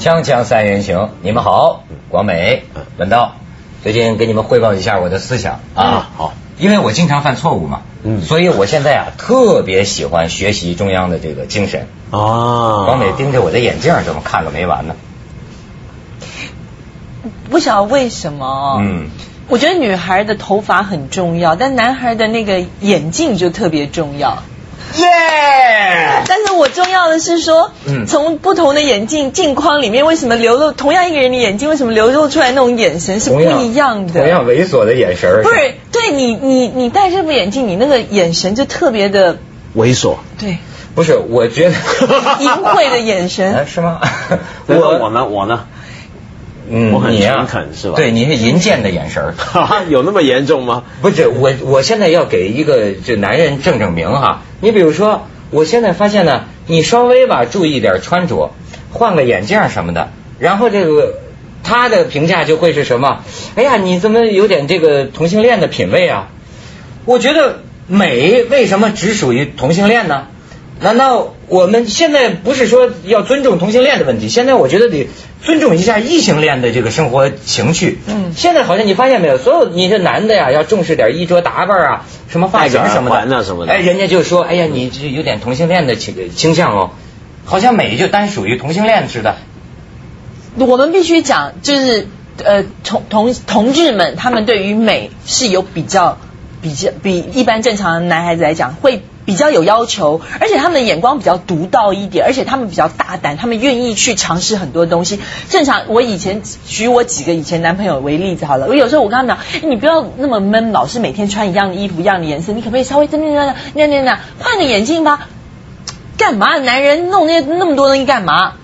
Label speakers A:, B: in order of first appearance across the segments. A: 锵锵三人行，你们好，广美、
B: 嗯
A: 文道，最近给你们汇报一下我的思想啊。
B: 嗯好，
A: 因为我经常犯错误嘛，
B: 嗯
A: 所以我现在啊特别喜欢学习中央的这个精神。
B: 啊，
A: 广美盯着我的眼镜儿，这么看个没完呢。
C: 不晓得为什么
B: 啊
C: 哦，
A: 嗯
C: 我觉得女孩的头发很重要，但男孩的那个眼镜就特别重要。
A: 耶！
C: 但是我重要的是说，
A: 嗯
C: 从不同的眼镜镜框里面，为什么流露同样一个人的眼睛，为什么流露出来那种眼神是不一样的？
A: 同样猥琐的眼神儿。
C: 不是，对你你你戴这副眼镜，你那个眼神就特别的
B: 猥琐。
C: 对
A: 不是，我觉得
C: 淫秽的眼
A: 哎
C: 神。
A: 是吗？
B: 那那我？呢？我呢？
A: 嗯，
B: 我很
A: 你啊
B: 诚恳是吧
A: 对，你是银剑的眼神儿。
B: 哈哈，有那么严重吗？
A: 不是我，我现在要给一个这男人正正名哈。你比如说，我现在发现呢，你稍微吧注意点穿着，换个眼镜儿什么的，然后这个他的评价就会是什么？哎呀，你怎么有点这个同性恋的品味啊？我觉得美为什么只属于同性恋呢？难道我们现在不是说要尊重同性恋的问题？现在我觉得得尊重一下异性恋的这个生活情趣。
C: 嗯
A: 现在好像你发现没有，所有你这男的呀，要重视点衣着打扮啊，什么发型什么
B: 戴个耳环
A: 的，
B: 啊什么的
A: 哎，人家就说，哎呀，你这有点同性恋的倾倾向哦，好像美就单属于同性恋似的。
C: 我们必须讲，就是呃，同同同志们，他们对于美是有比较比较比一般正常的男孩子来讲会。比较有要求，而且他们的眼光比较独到一点，而且他们比较大胆，他们愿意去尝试很多东西。正常，我以前举我几个以前男朋友为例子好了，我有时候我跟他讲，哎你不要那么闷，老是每天穿一样的衣服、一样的颜色，你可不可以稍微那那那那那换个眼镜吧？干嘛？男人弄那那么多东西干嘛？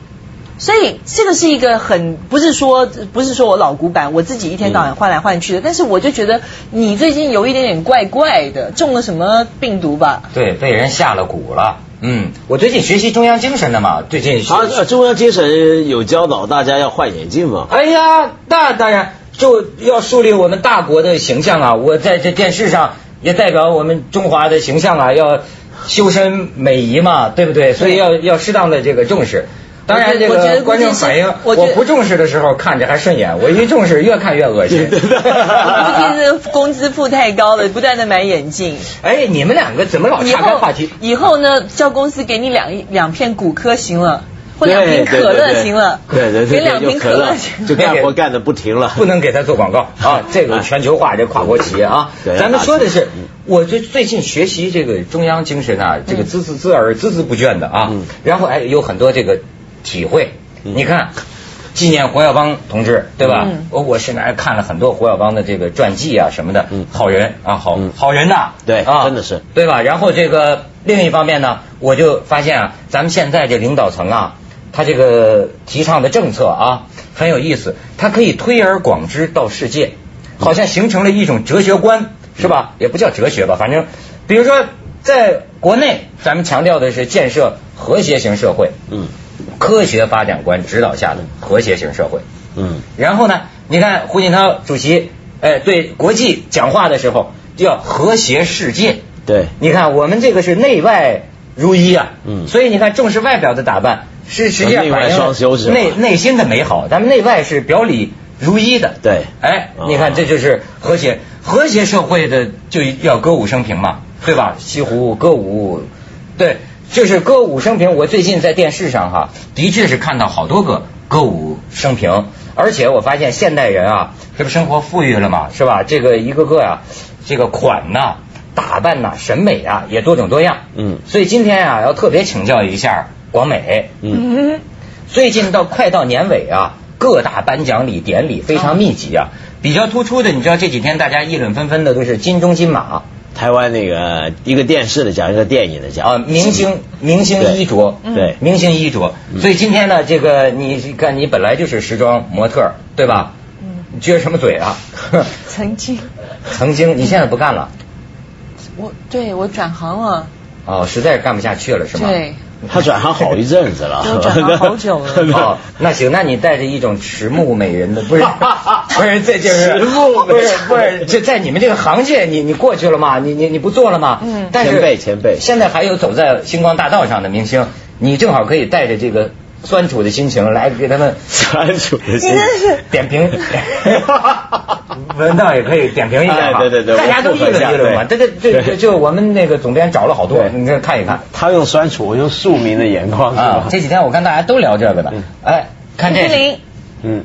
C: 所以这个是一个很不是说不是说我老古板，我自己一天到晚换来换去的，但是我就觉得你最近有一点点怪怪的，中了什么病毒吧？
A: 对，被人下了蛊了。嗯，我最近学习中央精神的嘛，最近学
B: 啊，呃中央精神有教导大家要换眼镜吗？
A: 哎呀，那当然就要树立我们大国的形象啊！我在这电视上也代表我们中华的形象啊，要修身美仪嘛，对不对？所以要要适当的这个重视。当然，这
C: 我觉
A: 个
C: 得
A: 观众反应，我
C: 我觉得
A: 不重视的时候看着还顺眼，我一重视越看越恶心。
C: 我最近是工资付太高了，不断的买眼镜。
A: 哎，你们两个怎么老
C: 以
A: 岔开
C: 后
A: 话题？
C: 以后呢，叫公司给你两两片骨科行了，或两瓶可乐行了，
B: 对对对，
C: 给两瓶可乐行
B: 就
C: 了。
B: 干活干的不停了。
A: 不能给他做广告 啊！这个全球化，这跨国企业啊
B: 对，
A: 咱们说的是，我最最近学习这个中央精神啊，这个孜孜孜而孜孜不倦的啊
B: 嗯，
A: 然后哎有很多这个体会，
B: 嗯
A: 你看。纪念胡耀邦同志，对吧哦
C: 嗯？
A: 我我是还看了很多胡耀邦的这个传记啊什么的
B: 嗯，
A: 好人啊，好
B: 嗯
A: 好人呐，
B: 对
A: 啊，
B: 真的是，
A: 对吧？然后这个另一方面呢，我就发现啊，咱们现在这领导层啊，他这个提倡的政策啊，很有意思，它可以推而广之到世界，
B: 嗯
A: 好像形成了一种哲学观，是吧？也不叫哲学吧，反正，比如说在国内，咱们强调的是建设和谐型社会，
B: 嗯
A: 科学发展观指导下的和谐型社会。
B: 嗯，
A: 然后呢，你看胡锦涛主席，哎、对国际讲话的时候要和谐世界。
B: 对，
A: 你看我们这个是内外如一啊，
B: 嗯
A: 所以你看重视外表的打扮，是实际上
B: 内外
A: 反映
B: 双修是吧
A: 内内心的美好，咱们内外是表里如一的。
B: 对
A: 哎
B: 哦，
A: 你看这就是和谐，和谐社会的就要歌舞升平嘛，对吧？西湖歌舞，对，就是歌舞升平。我最近在电视上哈，的确是看到好多个歌舞升平，而且我发现现代人啊，这不生活富裕了嘛，是吧？这个一个个啊，这个款呐、打扮呐、审美啊，也多种多样。
B: 嗯
A: 所以今天啊，要特别请教一下广美，
B: 嗯
A: 最近到快到年尾啊，各大颁奖礼典礼非常密集啊，比较突出的，你知道这几天大家议论纷纷的都是金钟金马
B: 台湾那个一个电视的奖，一个电影的奖
A: 啊，明星明星衣着，
B: 嗯对对嗯
A: 明星衣着。所以今天呢，这个你看你本来就是时装模特儿，对吧？你撅什么嘴啊？
C: 曾经，
A: 曾经，你现在不干了
C: 我对我转行了，
A: 哦，实在是干不下去了是吗？
C: 对。
B: 他转行好一阵子了，
C: 我转行好久了
A: 哦，那行，那你带着一种迟暮美人的，不 是不是，这就是
B: 迟暮美
A: 不
B: 人
A: 是不是，这在你们这个行界，你你过去了吗？你你你不做了吗？
C: 嗯
A: 但是
B: 前辈前辈
A: 现在还有走在星光大道上的明星，你正好可以带着这个酸楚的心情来给他们
B: 酸楚的心
C: 你真是
A: 点评， 文道也可以点评一下哈、
B: 哎对对对
A: 大家都
B: 我
A: 议
B: 复合一
A: 论
B: 下
A: 议论嘛。这
B: 对
A: 这这这
B: 对
A: 就我们那个总编找了好多，你这看一看
B: 他用酸楚，我用庶民的眼光，是
A: 啊
B: 吧。？
A: 这几天我看大家都聊这个的
B: 嗯，
A: 哎，看这
C: 林志玲，
B: 嗯，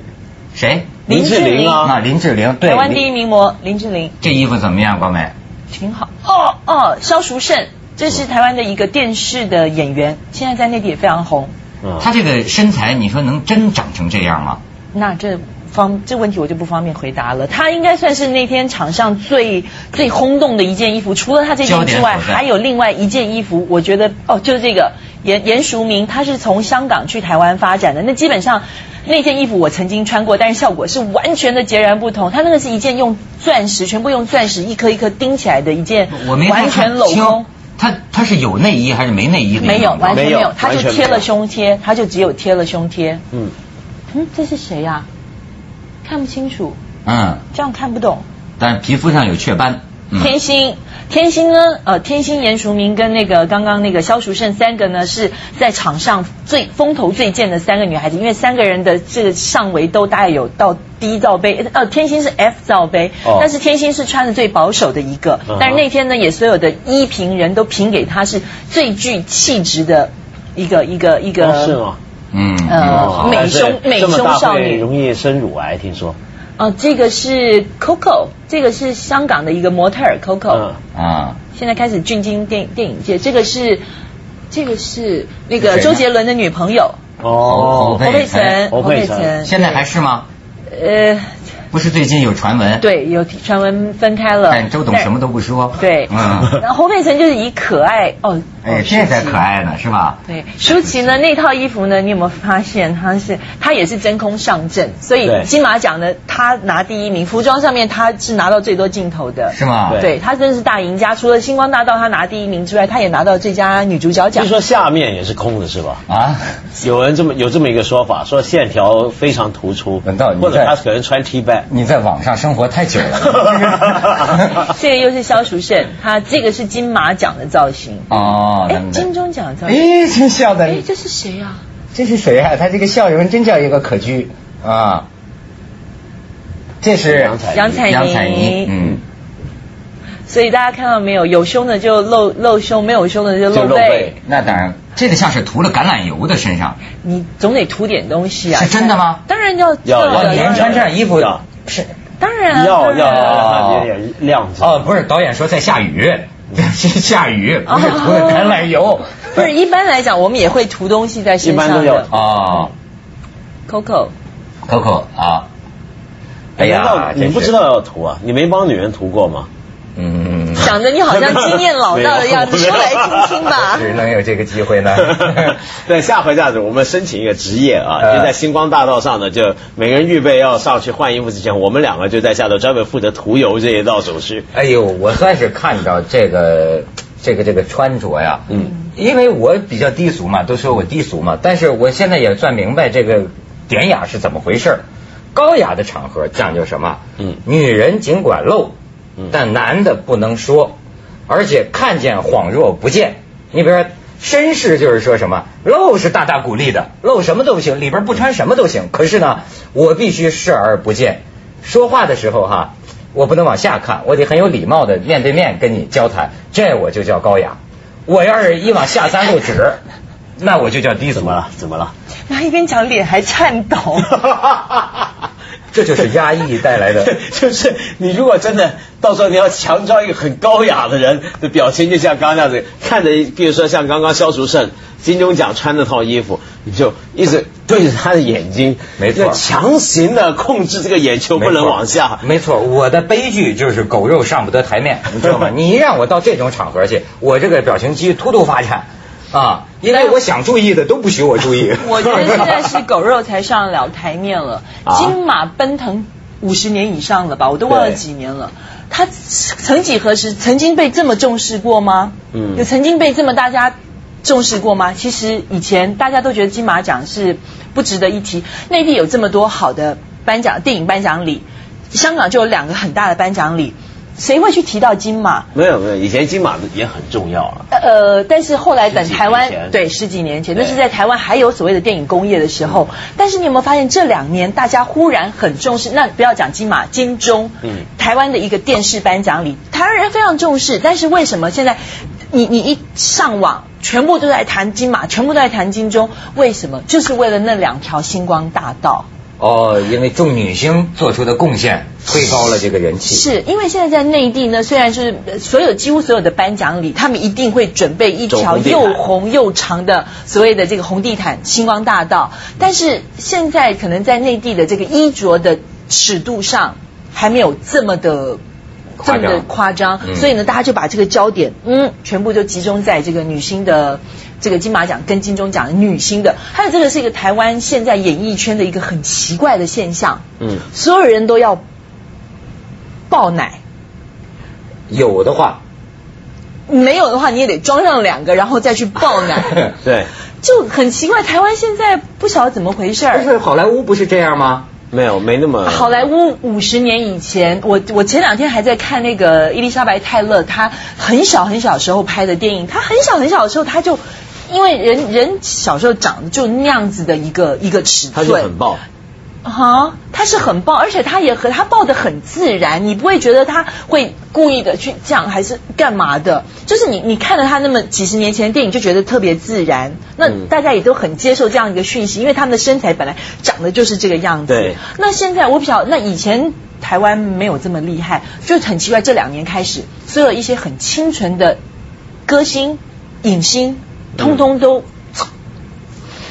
A: 谁？
C: 林志玲
A: 啊，林志玲，对
C: 台，湾第
A: 林
C: 一名模林志玲，
A: 这衣服怎么样，光美？
C: 挺好。哦哦，萧淑慎，这是台湾的一个电视的演员，现在在内地也非常红。
B: 嗯
A: 她这个身材，你说能真长成这样吗？
C: 那这方这问题我就不方便回答了。他应该算是那天场上最最轰动的一件衣服，除了他这件之
A: 焦点
C: 外，
A: 所在
C: 还有另外一件衣服，我觉得哦，就是这个严严淑明，他是从香港去台湾发展的，那基本上。那件衣服我曾经穿过，但是效果是完全的截然不同。他那个是一件用钻石，全部用钻石一颗一颗钉起来的一件，
A: 我没太
C: 完全
A: 看
C: 镂空
A: 清。，她她是有内衣还是没内衣的？
C: 没有，完全没
B: 没
C: 有
B: 有，
C: 他
B: 完
C: 就
B: 全
C: 贴
B: 没
C: 了
B: 有
C: 胸贴，他就只有贴了胸贴。
B: 嗯，
C: 嗯，这是谁呀、看不清楚，
A: 嗯，
C: 这样看不懂。
A: 但是皮肤上有雀斑。嗯
C: 天心，天心呢？呃，天心、严淑明跟那个刚刚那个萧淑慎三个呢，是在场上最风头最健的三个女孩子，因为三个人的这个上围都大概有到 D 罩杯，呃，天心是 F 罩杯，
B: 哦
C: 但是天心是穿的最保守的一个，
B: 嗯哼
C: 但是那天呢，也所有的衣评人都评给她是最具气质的一个一个一个，
B: 哦是吗？
A: 嗯，
C: 呃
A: 嗯
C: 美
B: 但是
C: 胸美
B: 这么大
C: 胸少女
B: 会容易生乳癌，听说。
C: 呃，这个是 Coco，这个是香港的一个模特儿 Coco，、
B: 嗯，
A: 啊，
C: 现在开始进军电电影界，这个是这个是那个
A: 谁呢
C: 周杰伦的女朋友
A: 哦
B: 哦
A: 侯
C: 侯
A: 佩
C: 佩
A: 岑
C: 岑，
B: 侯佩岑
C: 嗯
A: 现在还是吗？
C: 呃
A: 不是最近有传闻？，
C: 对有传闻分开了，
A: 但周董什么都不说。
C: 对，
A: 嗯，
C: 然后侯佩岑就是以可爱哦，
A: 哎，
C: 哦
A: 这才
C: 舒淇
A: 可爱呢，是吧？
C: 对，舒淇呢那套衣服呢，你有没有发现她是她也是真空上阵，所以
B: 对
C: 金马奖呢她拿第一名，服装上面她是拿到最多镜头的，
A: 是吗？
B: 对
C: 对她真的是大赢家，除了星光大道她拿第一名之外，她也拿到最佳女主角奖
B: 据。说下面也是空的，是吧？
A: 啊，
B: 有人这么有这么一个说法，说线条非常突出，
A: 文道你
B: 或者
A: 在
B: 他可能穿 T b a c
A: 你在网上生活太久 了。
C: 这个又是萧淑慎，她这个是金马奖的造型，
A: 哦，
C: 哎
A: 能，不能
C: 金钟奖的造型，
A: 哎，这笑的
C: 哎，，这是谁呀、
A: 这是谁啊？他这个笑容真叫一个可掬啊！这是
B: 杨采妮
C: 杨采妮
A: 杨采妮，嗯，
C: 所以大家看到没有，有胸的就露露胸，没有胸的就露
B: 就露
C: 背
B: 背。
A: 那当然，这个像是涂了橄榄油的身上。
C: 你总得涂点东西啊。
A: 是真的吗
C: 当然要
B: 要
A: 哦，
B: 要
A: 你人穿这样衣服
B: 要
A: 是
C: 当然啊
B: 要要
C: 当然啊
B: 要让别人亮子。
A: 哦，不是，导演说在下雨， 是下雨，不是涂了橄榄油。
C: 不是，一般来讲，我们也会涂东西在身上
B: 一般都
C: 的
B: 要。
A: 哦
C: Coco，
A: ，Coco 啊，哎
B: 难道
A: 呀，
B: 你不
A: 真是
B: 知道，要涂啊？你没帮女人涂过吗？
A: 嗯，
C: 想着你 好像经验老道的样子，
B: 没有
C: 说来听听吧。
A: 只能有这个机会 呢。
B: 对，下回这样子，我们申请一个职业啊，
A: 呃
B: 就在星光大道上呢，就每个人预备要上去换衣服之前，我们两个就在下头专门负责涂油这一道手续。
A: 哎呦，我算是看到这个这个这个穿着呀，
B: 嗯，
A: 因为我比较低俗嘛，都说我低俗嘛，但是我现在也算明白这个典雅是怎么回事儿。高雅的场合讲究什么？
B: 嗯
A: 女人尽管露
B: 嗯，
A: 但男的不能说，而且看见恍若不见。你比如说。绅士就是说什么露是大大鼓励的，露什么都行，里边不穿什么都行。可是呢，我必须视而不见。说话的时候哈，我不能往下看，我得很有礼貌的面对面跟你交谈，这我就叫高雅。我要是一往下三路指，那我就叫低
B: 怎
A: 俗
B: 么了？怎么了？
C: 然后一边讲脸还颤抖。
A: 这就是压抑带来的。
B: 就是你如果真的到时候你要强装一个很高雅的人的表情，就像刚刚那样子，看着比如说像刚刚萧淑慎金钟奖穿那套衣服，你就一直对着他的眼睛，
A: 没错
B: 要强行的控制这个眼球不能往下。
A: 没错，我的悲剧就是狗肉上不得台 面，你知道吗？你一让我到这种场合去，我这个表情肌突突发展啊，因为我想注意的都不许我注意。
C: 我觉得现在是狗肉才上得了台面了，
B: 啊
C: 金马奔腾五十年以上了吧，我都忘了
B: 对
C: 几年了。他曾几何时曾经被这么重视过吗？
B: 嗯
C: 有曾经被这么大家重视过吗？其实以前大家都觉得金马奖是不值得一提，内地有这么多好的颁奖电影颁奖礼，香港就有两个很大的颁奖礼。谁会去提到金马？
B: 没有没有，以前金马也很重要啊。
C: 呃，但是后来等
B: 十几
C: 台湾
B: 年前
C: 对十几年前，
B: 对
C: 那是在台湾还有所谓的电影工业的时候。但是你有没有发现这两年大家忽然很重视？那不要讲金马、金钟，
B: 嗯
C: 台湾的一个电视颁奖礼，台湾人非常重视。但是为什么现在你你一上网，全部都在谈金马，全部都在谈金钟？为什么？就是为了那两条星光大道。
A: 哦，因为众女星做出的贡献推高了这个人气。
C: 是因为现在在内地呢，虽然是呃所有几乎所有的颁奖礼，他们一定会准备一条
B: 走红地毯
C: 又红又长的所谓的这个红地毯、星光大道，但是现在可能在内地的这个衣着的尺度上还没有这么的。这
A: 夸
C: 么
A: 张
C: 的夸张，
A: 嗯
C: 所以呢，大家就把这个焦点，嗯，全部就集中在这个女星的这个金马奖跟金钟奖女星的，还有这个是一个台湾现在演艺圈的一个很奇怪的现象，
B: 嗯，
C: 所有人都要爆奶，
A: 有的话，
C: 没有的话你也得装上两个，然后再去爆奶，
B: 对，
C: 就很奇怪。台湾现在不晓得怎么回事
A: 但
C: 儿。
A: 是好莱坞不是这样吗？
B: 没有没那么
C: 好莱坞五十年以前，我我前两天还在看那个伊丽莎白泰勒，她很小很小时候拍的电影，她很小很小的时候，她就因为人人小时候长得就那样子的一个一个尺
B: 他
C: 寸，
B: 就很爆。
C: 啊哈，他是很抱，而且他也和他抱的很自然，你不会觉得他会故意的去这样还是干嘛的，就是你你看了他那么几十年前的电影就觉得特别自然，那
B: 嗯
C: 大家也都很接受这样一个讯息，因为他们的身材本来长得就是这个样子。
B: 对。
C: 那现在我比较，那以前台湾没有这么厉害，就很奇怪，这两年开始，所有一些很清纯的歌星、影星，通通都、
B: 嗯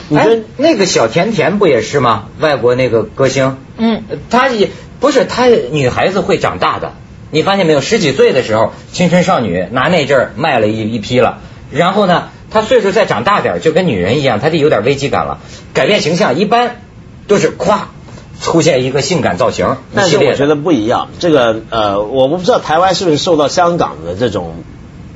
B: 你
A: 哎
B: 跟，
A: 那个小甜甜不也是吗？外国那个歌星，
C: 嗯。
A: 呃她也不是她女孩子会长大的，你发现没有？十几岁的时候，青春少女拿那阵儿卖了一一批了，然后呢，她岁数再长大点儿，就跟女人一样，她得有点危机感了，改变形象，一般都是咵出现一个性感造型，一
B: 但
A: 系
B: 是
A: 列
B: 我
A: 的
B: 觉得不一样。这个呃，我不知道台湾是不是受到香港的这种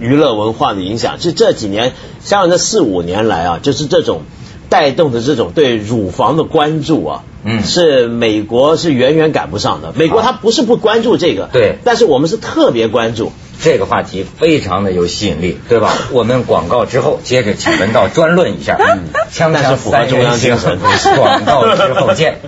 B: 娱乐文化的影响，是这几年香港这四五年来啊，就是这种带动的这种对乳房的关注啊，
A: 嗯
B: 是美国是远远赶不上的。美国它不是不关注这个，
A: 对
B: 但是我们是特别关注。
A: 这个话题非常的有吸引力，对吧？我们广告之后接着请文道专论一下，嗯，锵
B: 但
A: 锵
B: 是符合
A: 三
B: 中
A: 人
B: 央
A: 行
B: 精神，
A: 广告之后见。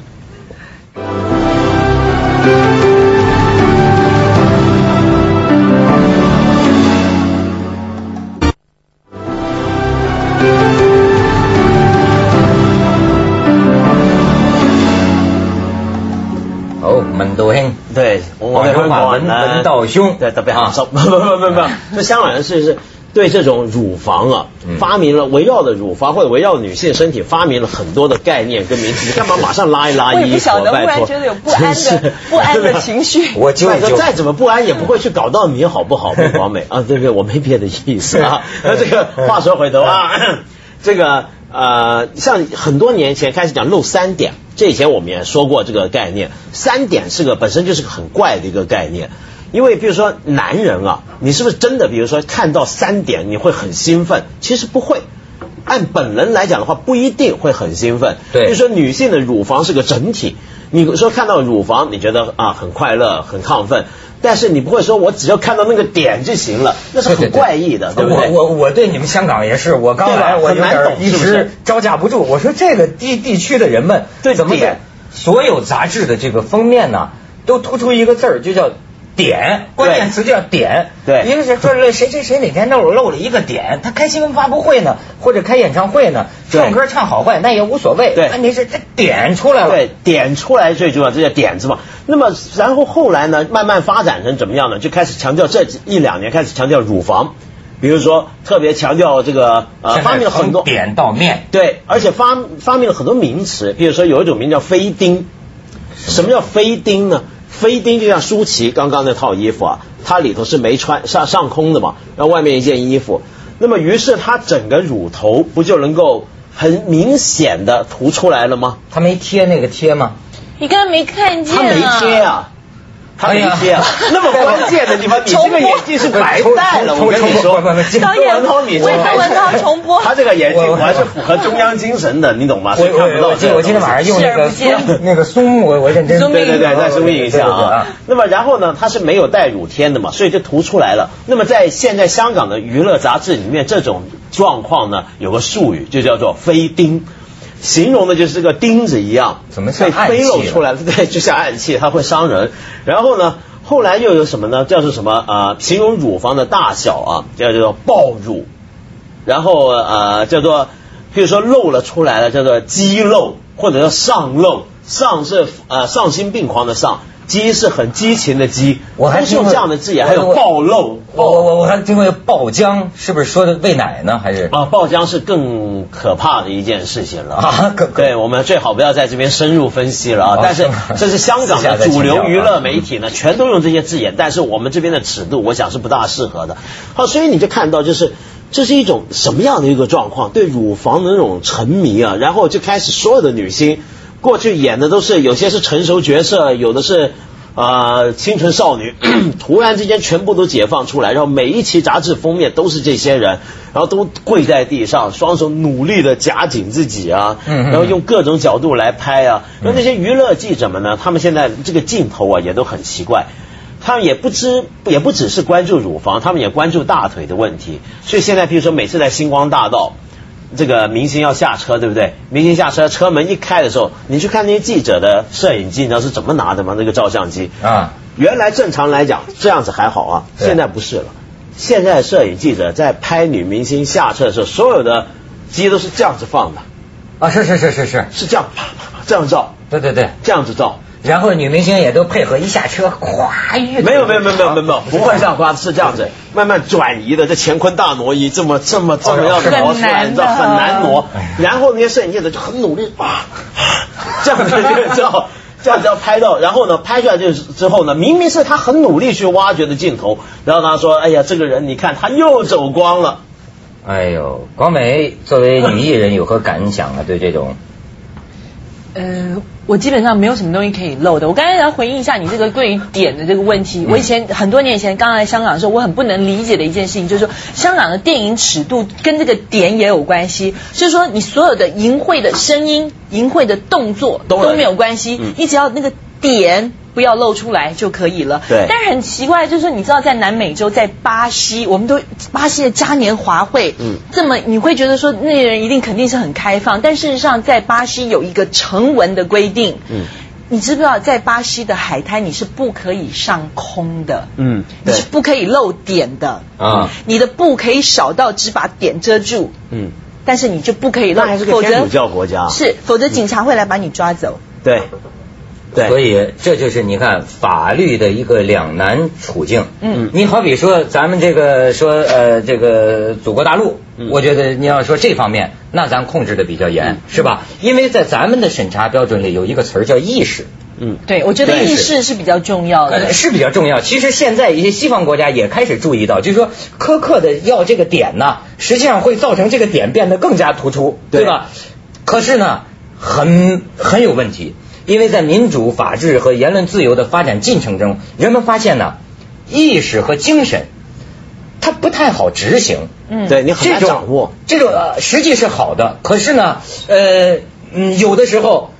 A: 好，文道兄。
B: 对，我
A: 广
B: 们
A: 州话
B: 广南
A: 文文道兄
B: 对，特别好
A: 啊
B: 笑。不不不不不， 这香港人是是对这种乳房啊
A: 嗯，
B: 发明了围绕着乳房或者围绕女性身体发明了很多的概念跟名词。你干嘛马上拉一拉
C: 我也
B: 衣
C: 不
B: 服
C: 晓
B: 啊？
C: 得，忽
B: 拜
C: 然
B: 托，
C: 觉得有不安
B: 真是
C: 的不安的情。绪。
A: 我舅
B: 拜托，
A: 舅
B: 再怎么不安也不会去搞到你，好不好？不广美啊，对不对？我没别的意思 啊。那这个话说回头啊， 这个呃，像很多年前开始讲露三点，这以前我们也说过这个概念。三点是个本身就是个很怪的一个概念，因为比如说男人啊，你是不是真的，比如说看到三点你会很兴奋？其实不会。按本能来讲的话，不一定会很兴奋。
A: 对
B: 就说女性的乳房是个整体，你说看到乳房，你觉得啊很快乐、很亢奋，但是你不会说我只要看到那个点就行了，那是很怪异的，对不对？
A: 我我我对你们香港也是，我刚
B: 对吧
A: 来我有
B: 很难
A: 点
B: 懂
A: 一
B: 是不
A: 直
B: 是
A: 招架不住。我说这个地地区的人们
B: 对
A: 怎么
B: 点
A: 所有杂志的这个封面呢，都突出一个字儿，就叫点，关键词叫点。
B: 对
A: 一个是说了谁谁谁哪天漏漏了一个点，他开新闻发布会呢，或者开演唱会呢，
B: 对
A: 唱歌唱好坏那也无所谓，
B: 对
A: 问题是这点出来了。
B: 对，点出来最重要，这叫点子嘛。那么，然后后来呢，慢慢发展成怎么样呢？就开始强调这几一两年开始强调乳房，比如说特别强调这个呃，
A: 现在
B: 发明了很多
A: 从点到面，
B: 对，而且发发明了很多名词，比如说有一种名叫飞钉。什么叫飞钉呢？飞钉就像舒淇刚刚那套衣服啊，它里头是没穿上上空的嘛，然后外面一件衣服。那么于是它整个乳头不就能够很明显的凸出来了吗？
A: 他没贴那个贴吗？
C: 你刚才没看见
B: 它没贴啊，他没
A: 哎
B: 接啊。那么关键的地方， 你这个演技是白带了。我跟你说，
C: 导
B: 窦
C: 演
B: 文涛，你
C: 为窦文涛重播，
B: 他这个演技还是符合中央精神的，你懂吗？
A: 我
B: 所以看不
A: 我
B: 到
A: 我
B: 这
A: 记
B: 个
A: 我今天晚上用那个
C: 视而不
A: 松那个松，我我认真
C: 松
B: 对对对，
A: 我
B: 在声音影像
A: 啊对对对
B: 啊。那么然后呢，它是没有带乳贴的嘛，所以就凸出来了。那么在现在香港的娱乐杂志里面，这种状况呢，有个术语就叫做飞钉。形容的就是这个钉子一样，
A: 怎么像
B: 被飞
A: 暗
B: 漏
A: 器了
B: 出来了？ 对，就像暗器，它会伤人。然后呢，后来又有什么呢？叫做什么？呃，形容乳房的大小啊，叫叫做爆乳。然后呃叫做，比如说漏了出来了，叫做肌漏，或者叫上漏。上是呃丧心病狂的丧，激是很激情的激，
A: 我还
B: 都是
A: 听
B: 用
A: 过
B: 这样的字眼，
A: 我
B: 还有
A: 我
B: 爆漏。
A: 我我我我还听过爆浆，是不是说的喂奶呢？还是
B: 啊，爆浆是更可怕的一件事情 了
A: 啊更
B: 对，我们最好不要在这边深入分析了啊
A: 哦。
B: 但是
A: 是吗
B: 这是香港
A: 私下
B: 的
A: 再
B: 主
A: 请教
B: 流
A: 啊
B: 娱乐媒体呢，全都用这些字眼，但是我们这边的尺度，我想是不大适合的。好，所以你就看到就是。这是一种什么样的一个状况？对乳房的那种沉迷啊，然后就开始所有的女星过去演的都是有些是成熟角色，有的是呃清纯少女， 突然之间全部都解放出来，然后每一期杂志封面都是这些人，然后都跪在地上，双手努力的夹紧自己啊，
A: 嗯嗯嗯
B: 然后用各种角度来拍啊。那那些娱乐记者们呢，他们现在这个镜头啊也都很奇怪。他们也不知，也不只是关注乳房，他们也关注大腿的问题。所以现在，比如说每次在星光大道，这个明星要下车，对不对？明星下车，车门一开的时候，你去看那些记者的摄影机，你知道是怎么拿的吗？那个照相机，
A: 啊？
B: 原来正常来讲这样子还好啊，
A: 对
B: 现在不是了。现在摄影记者在拍女明星下车的时候，所有的机都是这样子放的，
A: 啊，是是是是是，
B: 是这样啪啪啪这样照，
A: 对对对。
B: 这样子照。
A: 然后女明星也都配合，一下车咵一
B: 没有没有没有没有没有没有，不会像瓜是这样子，慢慢转移的。这乾坤大挪移这么这么这么样子挪出来，你知道很难挪。然后那些摄影记者就很努力啊， 这样子就知道。这样子要拍到，然后呢，拍出来就是之后呢，明明是他很努力去挖掘的镜头，然后他说：“哎呀，这个人你看他又走光了。
A: 哎呦，广美作为女艺人有何感想啊？对这种
C: 呃，我基本上没有什么东西可以漏的。我刚才要回应一下你这个对于点的这个问
B: 嗯
C: 题。我以前很多年以前刚来香港的时候，我很不能理解的一件事情，就是说香港的电影尺度跟这个点也有关系，就是说你所有的淫秽的声音、淫秽的动作
B: 都
C: 都没有关系，
B: 嗯
C: 你只要那个点。不要露出来就可以了。
B: 对
C: 但是很奇怪，就是你知道，在南美洲，在巴西，我们都巴西的嘉年华会，
B: 嗯
C: 嗯，这么你会觉得说那人一定肯定是很开放，但事实上在巴西有一个成文的规定，
B: 嗯
C: 嗯，你知不知道在巴西的海滩你是不可以上空的，”嗯，
B: 嗯，
C: 你是不可以露点的，
A: 啊，
C: 你的布可以少到只把点遮住，
B: 嗯，
C: 但是你就不可以露
B: 那还是，个
C: 否
B: 天
C: 则
B: 主教国家，
C: 是否则警察会来把你抓走。
B: 对，对，
A: 所以这就是你看法律的一个两难处境。
C: 嗯
A: 你好比说咱们这个说呃这个祖国大陆，
B: 嗯
A: 我觉得你要说这方面，那咱控制的比较严，是吧？因为在咱们的审查标准里有一个词儿叫意识，
B: 嗯，
C: 对，我觉得
B: 对
C: 意识是比较重要的
A: 呃，。是比较重要。其实现在一些西方国家也开始注意到，就是说苛刻的要这个点呢，实际上会造成这个点变得更加突出，
B: 对
A: 对吧？可是呢，很很有问题，因为在民主、法治和言论自由的发展进程中，人们发现呢，意识和精神它不太好执行。
C: 嗯
B: 对你很难
A: 这种
B: 掌握。
A: 这种呃实际是好的，可是呢，呃，嗯，有的时候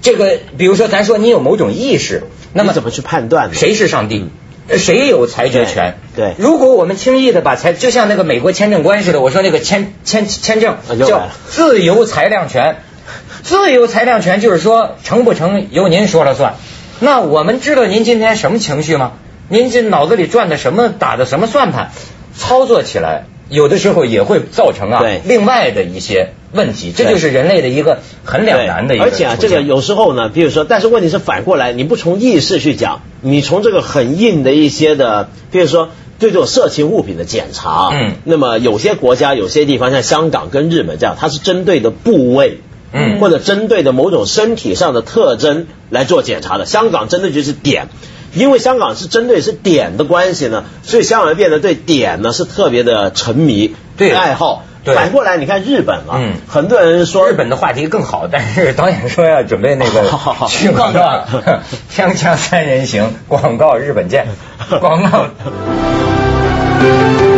A: 这个，比如说咱说你有某种意识，那么
B: 你怎么去判断呢？
A: 谁是上帝？谁有裁决权？
B: 对对
A: 如果我们轻易的把裁，就像那个美国签证官似的，我说那个签签签证
B: 啊又来
A: 叫
B: 了
A: 自由裁量权，自由裁量权就是说成不成由您说了算。那我们知道您今天什么情绪吗？您这脑子里转的什么打的什么算盘？操作起来有的时候也会造成啊
B: 对
A: 另外的一些问题，这
B: 对
A: 就是人类的一个很两难的一个
B: 而
A: 处
B: 且
A: 境。
B: 啊，这个有时候呢，比如说，但是问题是反过来，你不从意识去讲，你从这个很硬的一些的，比如说。对这种色情物品的检查，
A: 嗯
B: 那么有些国家、有些地方，像香港跟日本这样，它是针对的部位，
A: 嗯
B: 或者针对的某种身体上的特征来做检查的。香港针对就是点，因为香港是针对是点的关系呢，所以香港人变得对点呢是特别的沉迷，
A: 对
B: 爱好。
A: 对
B: 反过来，你看日本啊，
A: 嗯
B: 很多人说
A: 日本的话题更好，但是导演说要准备那个
B: 好好好
A: 去广告
B: 广告，
A: 锵锵三人行广告日本见，广告。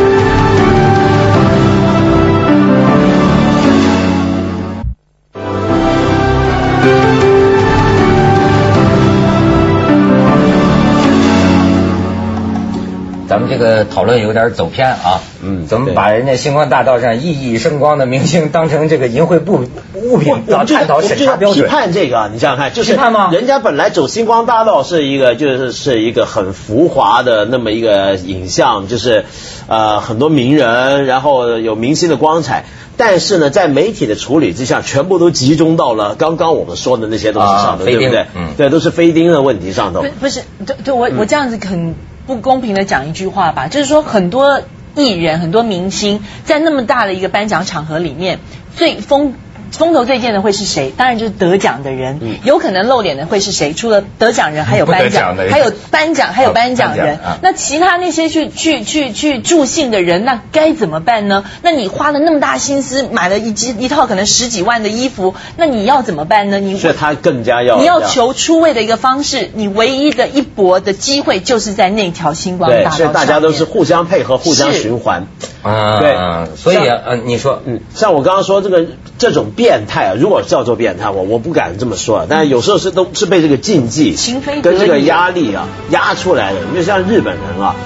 A: 咱们这个讨论有点走偏啊，
B: 嗯
A: 咱们
B: 对
A: 把人家星光大道上熠熠生光的明星当成这个淫秽物物
B: 我
A: 品，
B: 我
A: 老
B: 们就是
A: 探讨审查标
B: 我
A: 准
B: 们就是要批。判这个啊，你想想看，就是
A: 批判吗
B: 人家本来走星光大道是一个，就是是一个很浮华的那么一个影像，就是呃很多名人，然后有明星的光彩。但是呢，在媒体的处理之下，全部都集中到了刚刚我们说的那些东西上头，
A: 啊
B: 对不
A: 飞
B: 对
A: 钉？嗯
B: 对，都是飞钉的问题上头
C: 不。不是，对对，我我这样子很不公平的讲一句话吧，就是说很多艺人、很多明星在那么大的一个颁奖场合里面，最风风头最健的会是谁？当然就是得奖的人，
B: 嗯
C: 有可能露脸的会是谁？除了得奖人，还有
A: 不得
C: 颁
A: 奖
C: 奖
A: 的，人
C: 还有颁奖，还有颁奖
A: 颁
C: 人
A: 奖啊。
C: 那其他那些去去去去助兴的人，那该怎么办呢？那你花了那么大心思买了一件一套可能十几万的衣服，那你要怎么办呢？你
B: 所以他更加要
C: 你要求出位的一个方式，你唯一的一搏的机会就是在那条星光大
B: 对，
C: 道
B: 所以大家都是
C: 上面
B: 互相配合、互相
C: 是
B: 循环。
A: 啊，
B: 对
A: 所以
B: 像
A: 呃，你说，
B: 嗯，像我刚刚说这个这种变态啊，如果叫做变态，我我不敢这么说啊，但是有时候是都是被这个禁忌
C: 嗯情非得已
B: 跟这个压力啊压出来的。你就像日本人啊，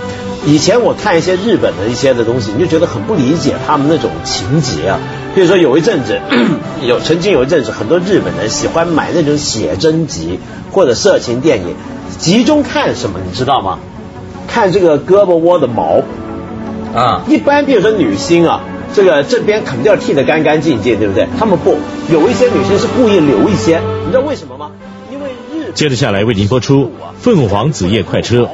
B: 以前我看一些日本的一些的东西，你就觉得很不理解他们那种情节啊。比如说有一阵子， 有曾经有一阵子，很多日本人喜欢买那种写真集或者色情电影，集中看什么，你知道吗？看这个胳膊窝的毛。
A: 啊，
B: 一般比如说女星啊，这个这边肯定要剃得干干净净，对不对？她们不，有一些女星是故意留一些，你知道为什么吗？因为日
D: 接着下来为您播出凤凰子夜快车